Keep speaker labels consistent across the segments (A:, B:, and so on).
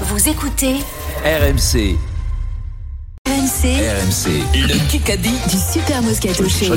A: Vous écoutez
B: RMC,
A: RMC
B: RMC, le Kikadi.
A: du Super Moscato Show.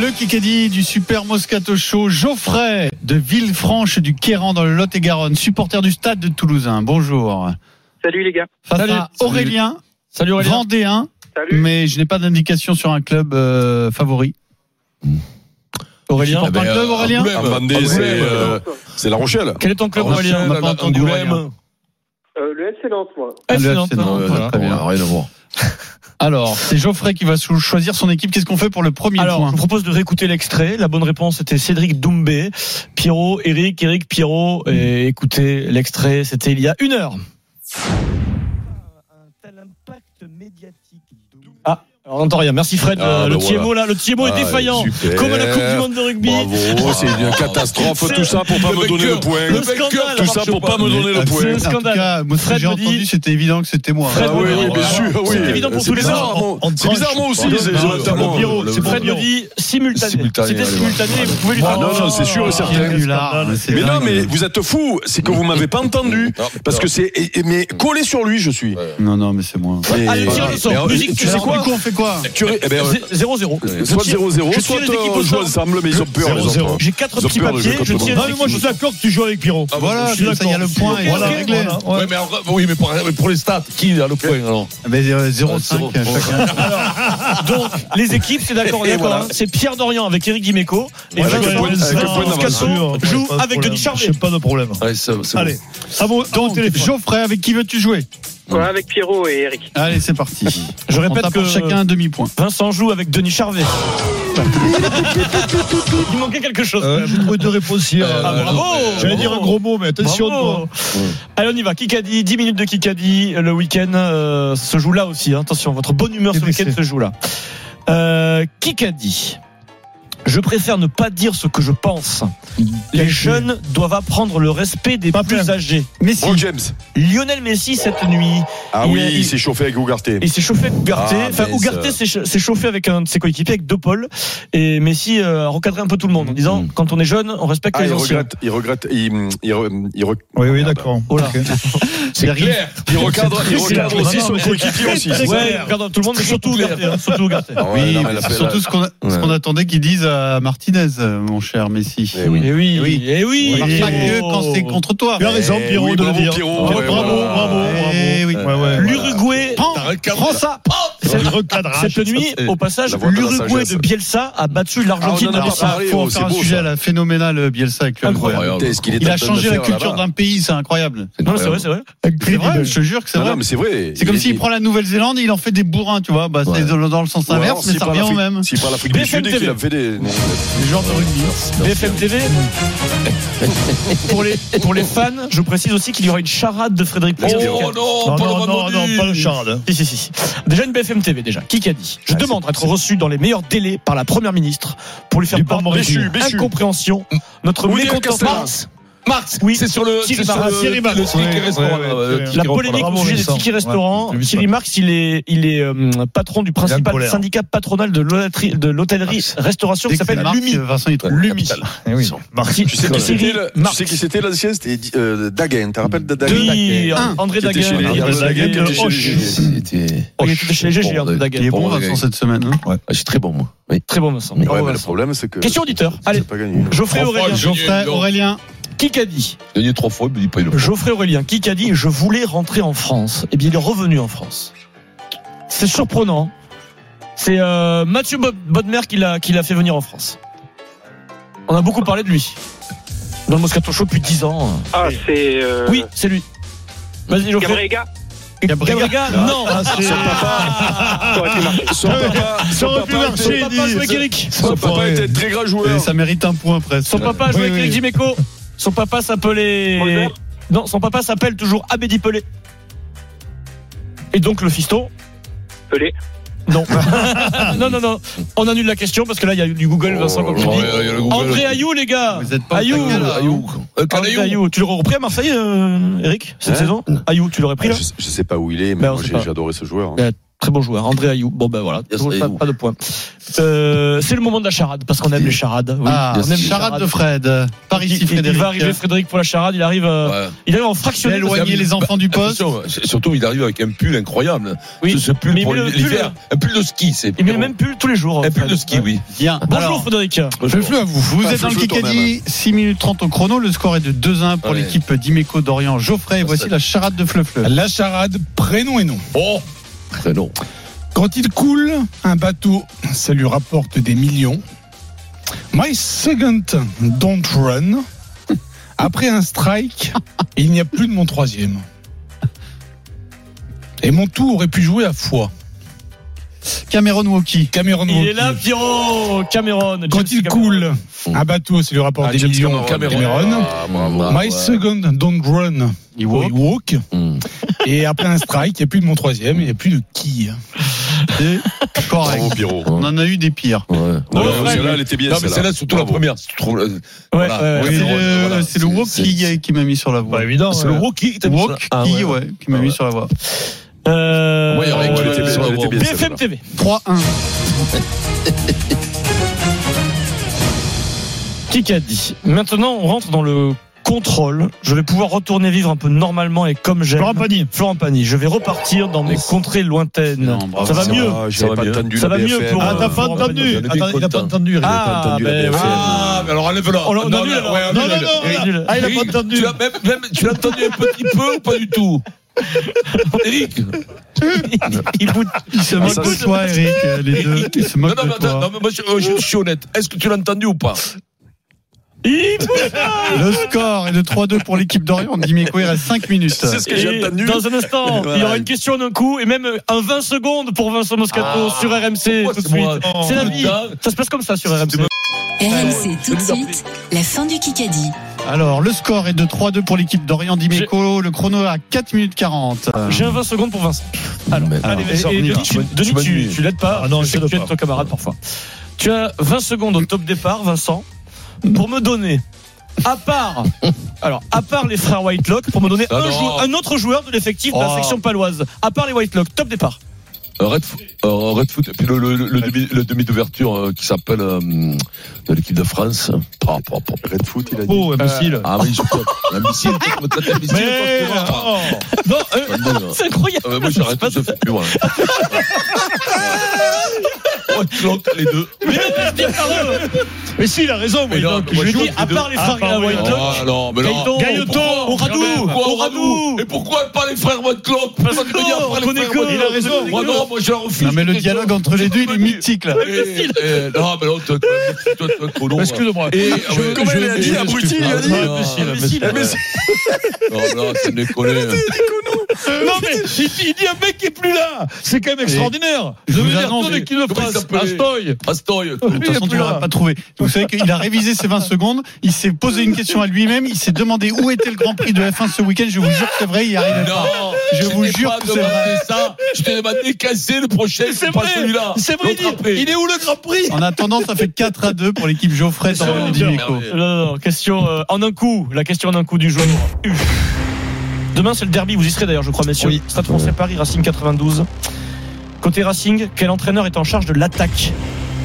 C: Le Kikadi du Super Moscato Show, Geoffrey de Villefranche du Quéran dans le Lot-et-Garonne, supporter du stade de Toulousain. Bonjour.
D: Salut les gars.
C: Face
E: Salut.
C: à Aurélien,
E: Salut Aurélien.
C: Vendéen,
D: Salut.
C: mais je n'ai pas d'indication sur un club euh, favori. Aurélien,
E: Ah
C: porte
F: ben,
C: un
F: euh,
C: club Aurélien
F: Angoulême.
E: Ah, Vendée,
F: Angoulême,
E: c'est,
F: euh, c'est La Rochelle.
E: Quel est ton club
C: Ah,
E: Aurélien
C: on n'a pas entendu
E: Angoulême.
C: Aurélien.
D: Euh, le FC Nantes, moi.
C: Ah, le
E: Excellent.
C: FC Nantes,
E: Voilà.
C: voilà, très bien.
F: rien à voir.
C: Alors, c'est Geoffrey qui va sou- choisir son équipe. Qu'est-ce qu'on fait pour le premier
E: Alors, je
C: point
E: vous propose de réécouter l'extrait. La bonne réponse était Cédric Doumbé, Pierrot, Eric, Eric, Pierrot. Et écoutez, l'extrait, c'était il y a une heure. Ah, alors on n'entend rien. Merci Fred.
F: Ah,
E: Euh,
F: bah
E: le
F: voilà. Ah,
E: TMO là, le TMO est défaillant.
F: super.
E: Comme à la Coupe du Monde de rugby.
F: Bravo, c'est une catastrophe. Tout ça pour pas me donner le point.
E: Le scandale.
F: Tout ça pour pas me donner
C: Ah,
E: C'est
F: le point.
C: En
E: un
C: tout
E: scandale.
C: cas, moi, ce que
E: Fred
C: j'ai
E: me dit-
C: entendu, c'était évident que c'était moi.
E: Fred
F: Ah oui,
E: me dit-
F: oui, bien sûr. oui.
E: C'est évident pour
F: C'est
E: tous les
F: bizarre,
E: gens.
F: moi- C'est bizarre, moi aussi. c'est-
E: Non,
F: notamment-
E: non, Pierrot, Ah, c'est Fred me dit simultané.
F: Simultané,
E: C'était
F: allez,
E: simultané.
F: voilà.
E: Vous pouvez lui
F: Ah,
E: faire-
F: non, non, c'est sûr et
C: Quel
F: certain.
C: nulard, hein, c'est
F: Mais non,
C: dingue.
F: mais vous êtes fous. C'est que vous m'avez pas entendu. Parce que c'est. et- et- Mais collé sur lui, je suis.
C: Non, non, mais c'est moi.
F: Mais-
E: Allez, tire le sort.
F: Mais, euh,
E: Musique, tu
F: sais
E: sais
C: Alors,
F: quoi
C: du coup, on fait quoi
F: Tu ré- eh ben, euh,
E: 0-0.
F: Soit
E: Je tire-
F: 0-0,
E: je
F: soit
E: tire les équipes
F: euh,
E: au
F: on joue
E: sort.
F: ensemble, mais ils ont peur, les enfants.
E: J'ai quatre
F: Ils ont
E: petits
F: peur,
E: papiers,
F: les
E: je
F: gens,
E: tire
F: Non,
E: les équipes au sort.
G: d'accord que tu joues avec Pierrot.
C: Voilà,
G: je suis
C: Ah, ça, il y a le
G: d'accord.
C: point.
E: Ok,
C: Voilà,
E: ok,
C: réglé.
E: voilà.
G: Ouais, mais alors, oui, mais pour, pour les stats, qui a le point alors
C: Mais, euh, 0,5
G: Ah,
C: chacun.
E: Donc, les équipes, c'est d'accord, on est
F: Et
E: d'accord,
F: voilà.
E: hein. C'est Pierre Dorian avec Eric Guiméco. Et
F: Avec
E: Vincent
F: un point- avec un point d'avance.
E: Moscato joue avec Denis Charvet.
G: J'ai pas de problème. Allez, c'est bon.
E: Allez.
C: Donc, Geoffrey, avec qui veux-tu jouer
D: Ouais, avec Pierrot et Eric.
C: Allez, c'est parti.
E: Je
C: On
E: répète
C: t'apporte
E: que
C: chacun un demi-point.
E: Vincent joue avec Denis Charvet. Il manquait quelque chose.
G: Euh, J'ai trouvé deux réponses hier.
C: euh,
E: Ah, bravo
G: J'allais dire un gros mot, mais attention.
E: Bravo. Allez, on y va. Kikadi, 10 minutes de Kikadi. Le week-end euh, se joue là aussi. hein. Attention, votre bonne humeur ce
G: TBC.
E: week-end se joue là. Euh, Kikadi. Je préfère ne pas dire ce que je pense. Les jeunes doivent apprendre le respect des plus âgés.
C: Messi.
F: Brock James.
E: Lionel Messi, cette nuit,
F: Ah
E: Il
F: oui,
E: a-
F: il
E: il-
F: s'est chauffé avec Ougarté.
E: il s'est chauffé avec Ougarté.
F: Ah,
E: enfin,
F: mais
E: Ougarté
F: ça-
E: s'est cha- s'est chauffé avec un de ses coéquipiers, avec De Paul. Et Messi euh, a recadré un peu tout le monde en disant quand on est jeune, on respecte
F: Ah,
E: les
F: il
E: anciens.
F: regrette, il regrette, il, il, re- il, re-
G: Oui, oui, d'accord.
E: Oh là.
C: C'est clair.
F: il recadre, il
E: C'est
F: recadre
E: clair.
F: aussi son coéquipier aussi.
E: Ouais, il regarde tout le monde, mais surtout Ougarté. hein, surtout Ougarté.
F: Ah ouais,
C: Oui,
F: non, mais la-
C: surtout ce qu'on a- ce qu'on attendait qu'ils disent à Martinez, euh, mon cher Messi.
F: Eh oui.
E: Et oui, et oui.
C: Il marque pas que quand c'est contre toi.
G: Tu as raison,
F: Eh
G: Pierrot,
F: oui,
G: de le
F: bravo,
G: dire.
F: Pierrot,
G: Ouais,
F: ouais,
G: bravo,
F: voilà.
G: bravo,
C: Eh oui.
G: bravo. Ouais, ouais.
E: L'Uruguay.
C: Prends ça.
G: C'est un recadrage.
E: Cette nuit, au passage,
F: la voix de la
E: l'Uruguay
F: sagesse.
E: de Bielsa a battu
F: Ah,
E: l'Argentine.
F: on en a
E: de
F: pas
E: Bielsa.
F: parlé.
C: Il faut en
F: c'est
C: faire un
F: beau,
C: sujet
F: ça.
C: à la phénoménale Bielsa avec le
E: Incroyable.
F: Putain, est-ce qu'il est
C: Il
F: en
C: a
F: train de
C: changé la
F: faire
C: culture
F: là-bas
C: d'un pays, c'est incroyable.
E: Non, mais c'est vrai, c'est vrai.
C: C'est vrai, je te jure que c'est
F: Non,
C: vrai.
F: non, mais c'est vrai.
C: C'est comme s'il prend la Nouvelle-Zélande et il en fait des bourrins, tu vois. Bah, c'est dans dans le sens
F: Ou alors,
C: inverse, mais
F: s'il
C: ça
F: prend
C: revient au
F: l'Afrique-
C: même.
F: S'il prend l'Afrique du
E: BFM
F: Sud et qu'il a fait des.
C: Les genres de rugby.
E: BFM TV. pour, les, pour les fans, je précise aussi qu'il y aura une charade de Frédéric Pouillet.
G: Oh non, non, non, non, pas le charade.
E: Si, si, si. Déjà une BFM TV, déjà. Qui qui a dit Je
G: Ah,
E: demande
G: c'est-
E: à être reçu dans les meilleurs délais par la première ministre pour lui faire
G: Du
E: part de
G: Port Maurice.
E: notre
F: Béchu, Béchu.
E: incompréhension, notre
F: Woody
E: mécontentement.
F: Alcastellanos.
G: Marx,
E: Oui,
G: c'est sur le.
E: Thierry Marx.
G: Thierry Marx.
E: Le
G: Ouais, ouais, ouais, ouais.
E: La polémique au
G: Bravo,
E: sujet des
G: Vincent.
E: tickets restaurants.
G: Ouais,
E: Thierry Marx, il est, il est euh, patron du principal
G: colère.
E: syndicat patronal de l'hôtellerie- de l'hôtellerie-restauration
C: Dès
E: qui
C: que euh, ça
E: s'appelle
C: marque,
E: Lumi.
C: Vincent, il trouve.
E: Lumi.
G: Eh oui. Marx.
F: Tu sais qui
E: Thierry
F: c'était le- tu
E: Marx.
F: sais qui c'était l'ancien C'était euh, Daguin. Tu te rappelles de Daguin
E: Oui, André
F: Qui était chez
E: Daguin.
F: les-
E: Il
F: André Daguin, qui était chez les-
E: était chez les GG, André Daguin.
C: Il est bon, Vincent, cette semaine. hein.
H: Je suis très bon, moi.
E: Très bon, Vincent.
F: Ouais,
E: Bravo,
F: mais le
E: Vincent.
F: problème, c'est que.
E: Oh, Question auditeur. Allez,
F: C'est pas gagné.
E: Geoffrey Aurélien.
C: Geoffrey, Aurélien.
E: Qui qu'a dit
H: Gagné trois fois, il me dit pas il le
E: Geoffrey Aurélien, qui qu'a dit Je voulais rentrer en France Eh bien, il est revenu en France. C'est surprenant. C'est euh, Mathieu Bod- Bodmer qui l'a qui l'a fait venir en France. On a beaucoup parlé de lui. Dans le Moscato Show depuis 10 ans.
D: Ah, c'est. Euh...
E: Oui, c'est lui. Vas-y, Geoffrey.
D: Gabrega.
E: Gabriel. Ah, Non
D: Ça aurait été marqué.
E: Ah.
F: Son papa, son
G: aurait pu
F: papa
E: Son
F: était-
E: papa joue avec Eric.
F: son papa était un très grand
C: Et
F: joueur.
C: ça mérite un point presque.
E: Son papa joue
C: Oui,
E: avec
C: oui.
E: Eric Dimeco. Son papa s'appelait.
D: Moser
E: Non, son papa s'appelle toujours Abedi Pelé. Et donc le fiston
D: Pelé.
E: Non. non, non, non. On annule la question parce que là, il y a eu du
H: Oh,
E: Google, Vincent, comme tu dis. André Ayou, les gars
C: Vous êtes pas
E: Ayou.
C: au taquet, là, hein.
E: André Ayou, tu l'aurais repris à Marseille, euh, Eric, cette
F: Hein
E: saison Ayou, tu l'aurais pris là
F: Je, je sais pas où il est, mais
E: Ben, on
F: moi
E: sait
F: j'ai
E: pas.
F: j'ai adoré ce joueur. hein.
E: Ben, Très bon joueur. André Ayou. Bon, ben voilà.
H: Yes,
E: Toujours pas,
H: Ayou.
E: pas de points. Euh, c'est le moment de la charade, parce qu'on aime les charades. Oui,
C: Ah,
E: on aime les
C: charade de
E: charades.
C: Fred. Par
E: Il,
C: ici,
E: il- il
C: Frédéric. euh,
E: va arriver Frédéric pour la charade. Il arrive, euh,
H: Ouais.
E: il arrive en
C: Tu as
E: fractionné.
C: éloigné les enfants du poste.
H: Bah, Attention, c'est- surtout il arrive avec un pull incroyable.
E: Oui.
H: Ce, ce pull
E: Mais il
H: pour
E: met le
H: l'hiver, un pull de ski, c'est
E: Il met le même pull tous les jours.
H: un pull
E: Fred.
H: de ski, oui.
C: Bien.
E: Bonjour
C: Alors,
E: Frédéric.
C: Fleu à vous.
H: Bah,
C: Vous êtes dans le
F: fleu quand
C: Kikadi, 6 minutes 30 au chrono. Le score est de 2-1 pour
H: Ouais.
C: l'équipe d'Imeco d'Orient. Geoffrey, et voici la charade de Fleu Fleu.
I: La charade, prénom et nom.
H: Oh, très long.
I: Quand il coule, un bateau, ça lui rapporte des millions. My second don't run. Après un strike, il n'y a plus de mon troisième. Et mon tout aurait pu jouer à foi.
C: Cameron Woki.
I: Cameron
E: Il
I: Walkie.
E: est là, Pierrot. Cameron. James
I: Quand il
E: Cameron.
I: coule, un bateau, ça lui rapporte des millions. Cameron.
H: Ah, bravo.
I: My second don't run.
C: Il
I: Il walk.
H: Hmm.
I: Et après un strike, il n'y a plus de mon troisième, il n'y a plus de qui.
C: C'est correct.
F: Bravo, Pierrot.
C: On en a eu des pires.
H: Ouais.
F: Non,
E: Ouais,
F: non,
E: ouais,
F: celle-là, elle était bien.
H: Non, mais celle-là, surtout la
F: Bravo.
H: première. si tu trouves, euh,
E: Ouais,
H: voilà.
E: ouais,
H: Oui,
C: C'est
H: drôle,
C: le,
H: voilà.
C: c'est le Woki qui, qui m'a mis sur la voie.
E: évident.
H: C'est le Rocky qui t'a mis
C: Woki,
E: Ah, ouais.
C: ouais, qui m'a
H: Ah,
C: mis
H: ouais.
C: sur la voie.
E: Euh,
H: Ouais, il y aurait- elle était bien, elle était bien,
E: BFM
H: celle-là.
E: TV.
C: 3-1.
E: Qui a dit Maintenant, on rentre dans le contrôle. Je vais pouvoir retourner vivre un peu normalement et comme j'aime.
G: Florent Pagny.
E: Florent Pagny. Je vais repartir dans mes contrées lointaines.
C: Non, bravo.
E: ça va
C: Ça
E: mieux.
F: Ah,
H: Ça
F: J'avais
H: va
F: pas
H: mieux.
F: entendu
E: Ça
F: la
E: va mieux
F: BFM.
E: pour,
G: Ah, t'as pas
E: Florent Pagny.
G: entendu.
H: Attends,
G: Attends, il a pas
H: content.
G: entendu. là.
E: Ah,
H: entendu la
E: ben,
H: BFM.
E: voilà.
H: Ah, mais alors enlève-la.
E: On l'a- on a vu,
H: enlève-la.
E: alors.
H: Ouais,
E: Non,
H: enlève-la.
E: non, non,
H: Et-
E: voilà. Ah, il a
H: Eric,
E: pas entendu.
H: Tu l'as même, même, tu l'as entendu un petit peu ou pas du tout Eric
E: Il vous-
C: Il se
F: Ah,
C: moque
F: ça,
C: de
F: c'est-
C: toi, Eric. euh, Les deux. Ils se
H: Non,
C: moquent
H: non, mais
C: de
H: attends,
C: toi.
H: non, mais moi je, euh, je suis honnête. Est-ce que tu l'as entendu ou pas
E: Il vous-
C: Le score est de 3-2 pour l'équipe d'Orient. Dimeco, il reste 5 minutes.
F: C'est ce que
E: Et
F: j'ai entendu.
E: Dans un instant,
F: Voilà.
E: il y aura une question d'un coup et même un 20 secondes pour Vincent Moscato
H: Ah,
E: sur RMC
H: pourquoi
E: tout de
H: c'est moi
E: suite. C'est la vie.
H: Putain.
E: Ça se passe comme ça sur RMC.
A: RMC tout de suite, la fin du Kikadi.
C: Alors, le score est de 3-2 pour l'équipe d'Orient. Dimeco, le chrono à 4 minutes 40.
F: Ah,
E: J'ai un 20 secondes pour Vincent.
C: Alors,
E: Allez, et- et Denis, tu- Denis,
H: bonne
E: tu,
H: nuit.
E: tu l'aides pas.
G: Ah non,
E: je sais
G: je
E: que
G: l'aide
E: tu
G: pas.
E: aides ton camarade parfois. Tu as 20 secondes au top départ, Vincent, pour me donner, à part, alors, à part les frères Whitelock, pour me donner
H: Ah
E: un,
H: non.
E: jou- un autre joueur de l'effectif de la
H: Oh.
E: section paloise. À part les Whitelock, top départ.
H: Euh, Red, Fo- euh, Red Foot, et puis le, le, le, le demi, le demi d'ouverture euh, qui s'appelle euh, de l'équipe de France. Pa, pa, pa.
F: Red Foot, il a dit.
C: Oh, imbécile.
H: Ah oui, je crois. Un missile, peut-être, peut-être un missile,
E: Mais
H: toi, tu
E: Non,
H: vois.
E: euh,
H: Ah, je te dis, hein.
E: c'est incroyable.
H: Ah, bah, moi j'arrête tout, je fais plus, moi. Ouais, tu l'entends, les deux.
E: Mais non, mais je dis, pardon.
G: Mais si, il a raison.
H: Mais non,
G: Whitelock.
H: mais moi,
E: Je
H: je
E: dis, à
H: vois les deux.
E: part les
G: Ah,
E: frères
G: pardon, oui.
E: Whitelock,
H: Ah non, mais non.
E: Gaëtan,
G: Gaëtan,
E: au radou,
H: Pourquoi
E: au radou.
H: Radou Et pourquoi pas les frères Van Clock
E: Parce que non, on connaît que, il a raison, on
H: Moi
E: connaît
H: non, moi je la refuse.
C: Non, mais le dialogue entre les deux, il est mythique, là.
H: Eh, eh, Non, mais non, toi, toi, toi, toi, trop long.
G: Excuse-moi.
H: Et,
G: Je-
F: Comment
G: je-
F: il a dit,
G: je-
F: abruti, il a dit.
G: Ouais, imbécile, imbécile.
H: imbécile. Non, non, c'est une déconne.
G: Non, mais il, il dit un mec qui est plus là. C'est quand même extraordinaire.
C: Je
G: Je
C: vous
G: veux dire,
C: annonce,
G: ton équipe de
H: comment il
G: France,
H: s'appelait
G: Astoy.
H: Astoy.
C: De toute façon, tu l'auras pas trouvé. Vous savez qu'il a révisé ses 20 secondes, il s'est posé une question à lui-même, il s'est demandé où était le Grand Prix de F1 ce week-end. Je vous jure que c'est vrai, il y arrivait pas.
H: Non,
C: Je vous
H: t'ai
C: jure
H: pas
C: que c'est
H: demandé
C: vrai.
H: ça. Je t'ai demandé casser le prochain, c'est pas celui-là.
E: C'est vrai, il
H: L'autre
E: dit,
H: après.
E: il est où le Grand Prix
C: En attendant, ça fait 4 à 2 pour l'équipe Geoffrey
E: C'est
C: dans
E: sûr,
C: le Dimeco.
H: merde.
E: Non, non, non, question euh, en un coup, la question en un coup du jour. Demain, c'est le derby, vous y serez d'ailleurs, je crois, messieurs.
C: Oui.
E: Stade français Paris, Racing 92. Côté Racing, quel entraîneur est en charge de l'attaque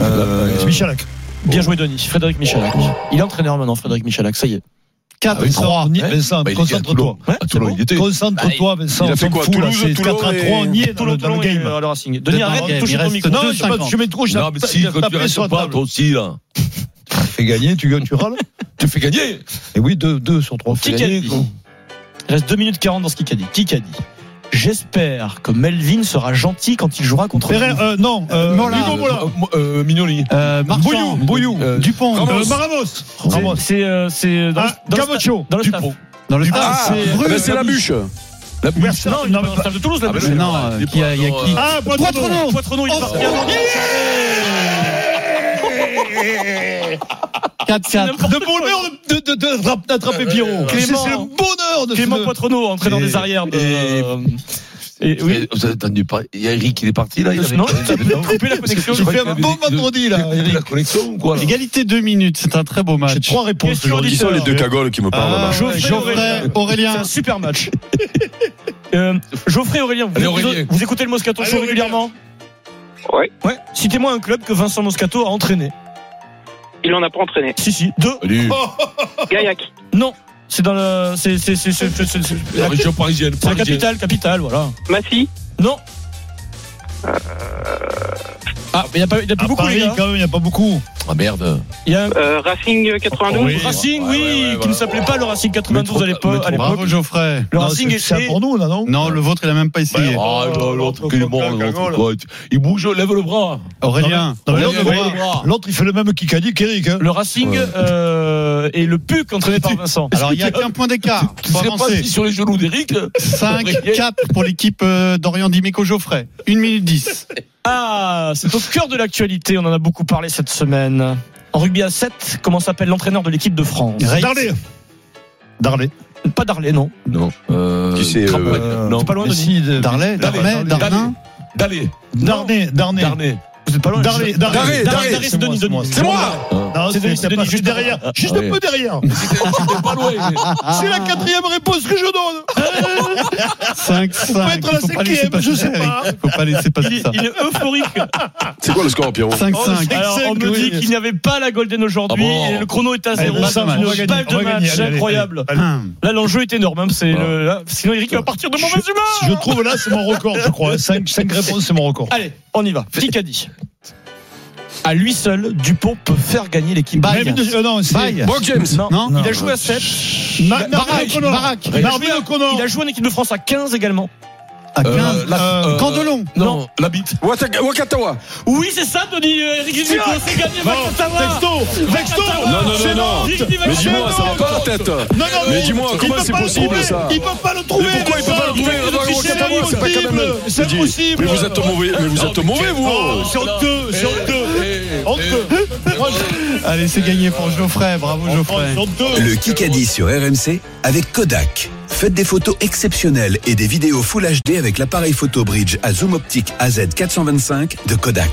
G: C'est Michalak.
E: Bien
G: Oh.
E: joué, Denis. Frédéric Michalak. Il est entraîneur maintenant, Frédéric Michalak, ça y est.
C: 4 3.
G: Vincent,
H: Bah, il est
G: concentre-toi.
H: à Toulon. À Toulon,
E: Ouais,
H: il était.
G: Concentre-toi, Vincent.
F: Bah, il a
G: on
F: fait
G: s'en
F: quoi,
G: fout, là,
F: Toulouse,
G: c'est
F: Toulon
G: 4 à 3,
F: et-
G: on y est dans
E: Toulon,
G: le dans
E: Toulon
G: le
E: et,
G: game.
E: euh, le Racing. Denis,
C: Dans le
E: arrête de
C: game,
E: toucher
C: il
E: ton
C: reste
E: micro.
C: deux.
G: Non, je sais pas,
C: 2,50.
G: tu mets trop, je
H: Non, mais si, quand tu restes pas, toi aussi, là.
G: fais gagner, tu gagnes, tu râles.
H: Tu fais gagner.
G: Et oui, 2 sur 3.
E: Qui qu'a dit Il reste 2 minutes 40 dans ce Kikadi. Kikadi. J'espère que Melvin sera gentil quand il jouera contre nous.
G: euh, non, euh,
C: Mollard.
G: Hugo Mollard.
H: Euh, moi, euh, Mignoli.
C: Euh, Marchand,
G: Bouillou, Bouillou.
H: Euh,
C: Dupont,
G: Euh, Maramos.
E: C'est-
G: Ramos.
E: C'est euh, c'est dans,
G: Ah,
E: le- dans le sta-
G: Camacho.
E: dans le staff.
H: Dupont.
C: dans le
F: Ah,
C: staff.
F: ah, ben, c'est la bûche.
H: La bûche.
G: Merci.
E: Non, il est
G: Non,
E: dans le
G: mais-
E: staff de Toulouse. là.
H: Ah, ben,
C: Mais non,
H: Bouillou.
C: euh, qui a, il y a qui
G: Ah, Poitrenaud.
E: Poitrenaud, il est parti avant.
C: 4 4.
G: De bonheur de, de, de, de rap- d'attraper Pierrot.
E: Clément.
G: C'est c'est le bonheur de
E: Clément
G: ce-
E: Poitrenaud, entraîneur
G: Et-
E: des arrières. de-
H: et-
E: euh, et- oui.
H: Eh, Vous avez entendu parler Il y a Eric, il est parti, là. Il avait-
E: Non,
H: il avait-
E: tu as coupé la connexion.
H: Je
G: Il
H: crois
G: fait
H: qu'il
G: un
H: avait
G: bon
H: des-
G: vendredi, là,
H: des- des-
G: Eric.
H: La connexion ou quoi là
C: Égalité 2 minutes, c'est un très beau
G: J'ai
C: match.
G: trois réponses
E: Question
G: aujourd'hui.
C: Ah.
F: Qui sont les deux cagoles qui me parlent là
E: Geoffrey
C: Geoffrey,
E: Aurélien. C'est
C: Aurélien,
E: un super match. Euh, Geoffrey Aurélien, vous,
G: Allez, Aurélien.
E: vous- vous écoutez le Moscato
G: Allez,
E: Show
G: Aurélien.
E: régulièrement
D: Ouais.
E: Ouais. Citez-moi un club que Vincent Moscato a entraîné.
D: Il en a pas entraîné.
E: Si, si. Deux
H: Salut.
E: Ah.
D: Gaillac.
E: Non. C'est dans la. C'est c'est- c'est- c'est- c'est- c'est- c'est-
G: La région parisienne.
E: c'est la
G: parisienne.
E: capitale, capitale, voilà.
D: Massy.
E: Non. Ah, mais il n'y a pas, il y a plus
C: À
E: beaucoup,
C: Paris,
E: les gars.
C: quand même, il n'y a pas beaucoup.
H: Ah merde.
E: Il y a un
D: euh,
E: Oh,
D: Racing 92.
C: Oui.
E: Racing,
H: ouais,
E: oui,
H: ouais, ouais,
E: qui ne
H: voilà.
E: s'appelait pas le Racing 92 à
H: Métro-
E: l'époque. à
H: Métro-
E: l'époque.
C: Bravo, Geoffrey.
E: Le
H: Non,
E: Racing
H: c'est-
E: était-
H: c'est pour nous là, non
C: Non, le vôtre, il n'a même pas essayé.
H: Ah, non, l'autre, il est mort, l'autre. quoi. Il bouge, lève le bras.
C: Aurélien.
H: Non, mais
C: Aurélien,
H: lève
C: Aurélien.
H: le bras.
G: L'autre, il fait le même Kikadi qu'Eric.
E: Le Racing
H: Ouais.
E: euh, et le PUC entraîné par Vincent.
C: Alors, il n'y a qu'un point d'écart.
H: Tu
C: Faut
H: serais pas
C: avancer.
H: assis sur les genoux d'Eric
C: 5-4 pour l'équipe euh, d'Orient Dimeco Geoffrey. 1 minute 10.
E: Ah, c'est au cœur de l'actualité, on en a beaucoup parlé cette semaine. En rugby à 7, comment s'appelle l'entraîneur de l'équipe de France
G: Darlé. Darlé.
E: Pas Darley, non.
H: Non. Euh,
F: Qui c'est, euh,
H: Crapaud. Non.
E: C'est pas loin de
C: Darlay, Darnay, Darnin.
H: D'aller.
G: Darné. Darné.
H: Darnay.
E: Vous êtes pas loin.
G: Darlé. Darné.
F: Darlé, Darlé,
E: c'est Denis,
C: c'est moi,
E: Denis.
F: C'est moi
H: Ah.
G: Non,
E: C'est Denis,
G: c'est
E: Denis,
G: Denis,
E: juste Ah,
G: juste derrière. Juste
H: ouais.
G: un peu derrière.
H: C'était pas loin.
G: C'est la quatrième réponse que je donne.
C: 5 5
G: être la cinquième, je sais pas.
C: Faut pas laisser
E: Il
C: passer
E: est,
C: ça.
E: il est euphorique.
F: C'est quoi le score, Pierrot
C: 5
G: Oh,
C: 5.
G: c'est-
E: Alors, on me dit
G: oui.
E: qu'il n'y avait pas la Golden aujourd'hui.
H: Ah bon
E: et le chrono est à
C: Allez,
E: zéro.
C: bon,
E: Là,
C: ça
E: c'est
C: marche.
E: une
C: On va gagner,
E: balle de
C: on va
E: match,
C: gagner. Allez, allez,
E: incroyable.
C: Hum.
E: Là, l'enjeu est énorme. hein, c'est
H: Voilà.
E: le- là, sinon, Eric va partir de mauvaise humeur.
G: Je trouve là, c'est mon record, je crois. 5 réponses, c'est mon record.
E: Allez, on y va. Kikadi. À lui seul, Dupont peut faire gagner l'équipe.
C: Bye.
E: Bien.
G: euh, non,
C: Bye.
F: Brock James
E: Non,
C: Non.
E: il a joué à 7.
G: Ma- Marvin
C: Baraque,
G: O'Connor.
C: Baraque.
E: Il a,
G: Marvin
E: joué à-
G: O'Connor.
E: il a joué en équipe de France à 15 également.
C: À
H: Euh,
C: 15.
H: la-
C: euh,
H: euh,
C: Candelon.
H: Non, la bite.
F: Wataka- Wakatawa
E: Oui, c'est ça, Denis euh, Eric Dimeco, c'est gagné
G: Non, Texto, Texto.
F: Non, non,
G: C'est
F: non, non.
G: Nantes.
F: Mais dis-moi, ça va pas la tête
G: Non, non,
F: Mais
G: non,
F: dis-moi,
G: il
F: comment
G: peut
F: c'est
G: pas le
F: possible,
G: trouver,
F: ça
G: Il peut pas le trouver.
F: Mais pourquoi il peut pas le trouver Edouard Wakatawa, c'est pas quand même-
G: C'est
F: Dis,
G: impossible.
F: Mais vous êtes mauvais, mais vous êtes mauvais, vous
G: Oh, C'est en deux, c'est en deux. En deux. Moi, je-
C: Allez, c'est gagné
E: Euh,
C: pour Geoffrey. Bravo, Geoffrey.
G: C'est en deux.
J: Le Kikadi sur RMC avec Kodak. Faites des photos exceptionnelles et des vidéos Full HD avec l'appareil photo bridge à zoom optique AZ425 de Kodak.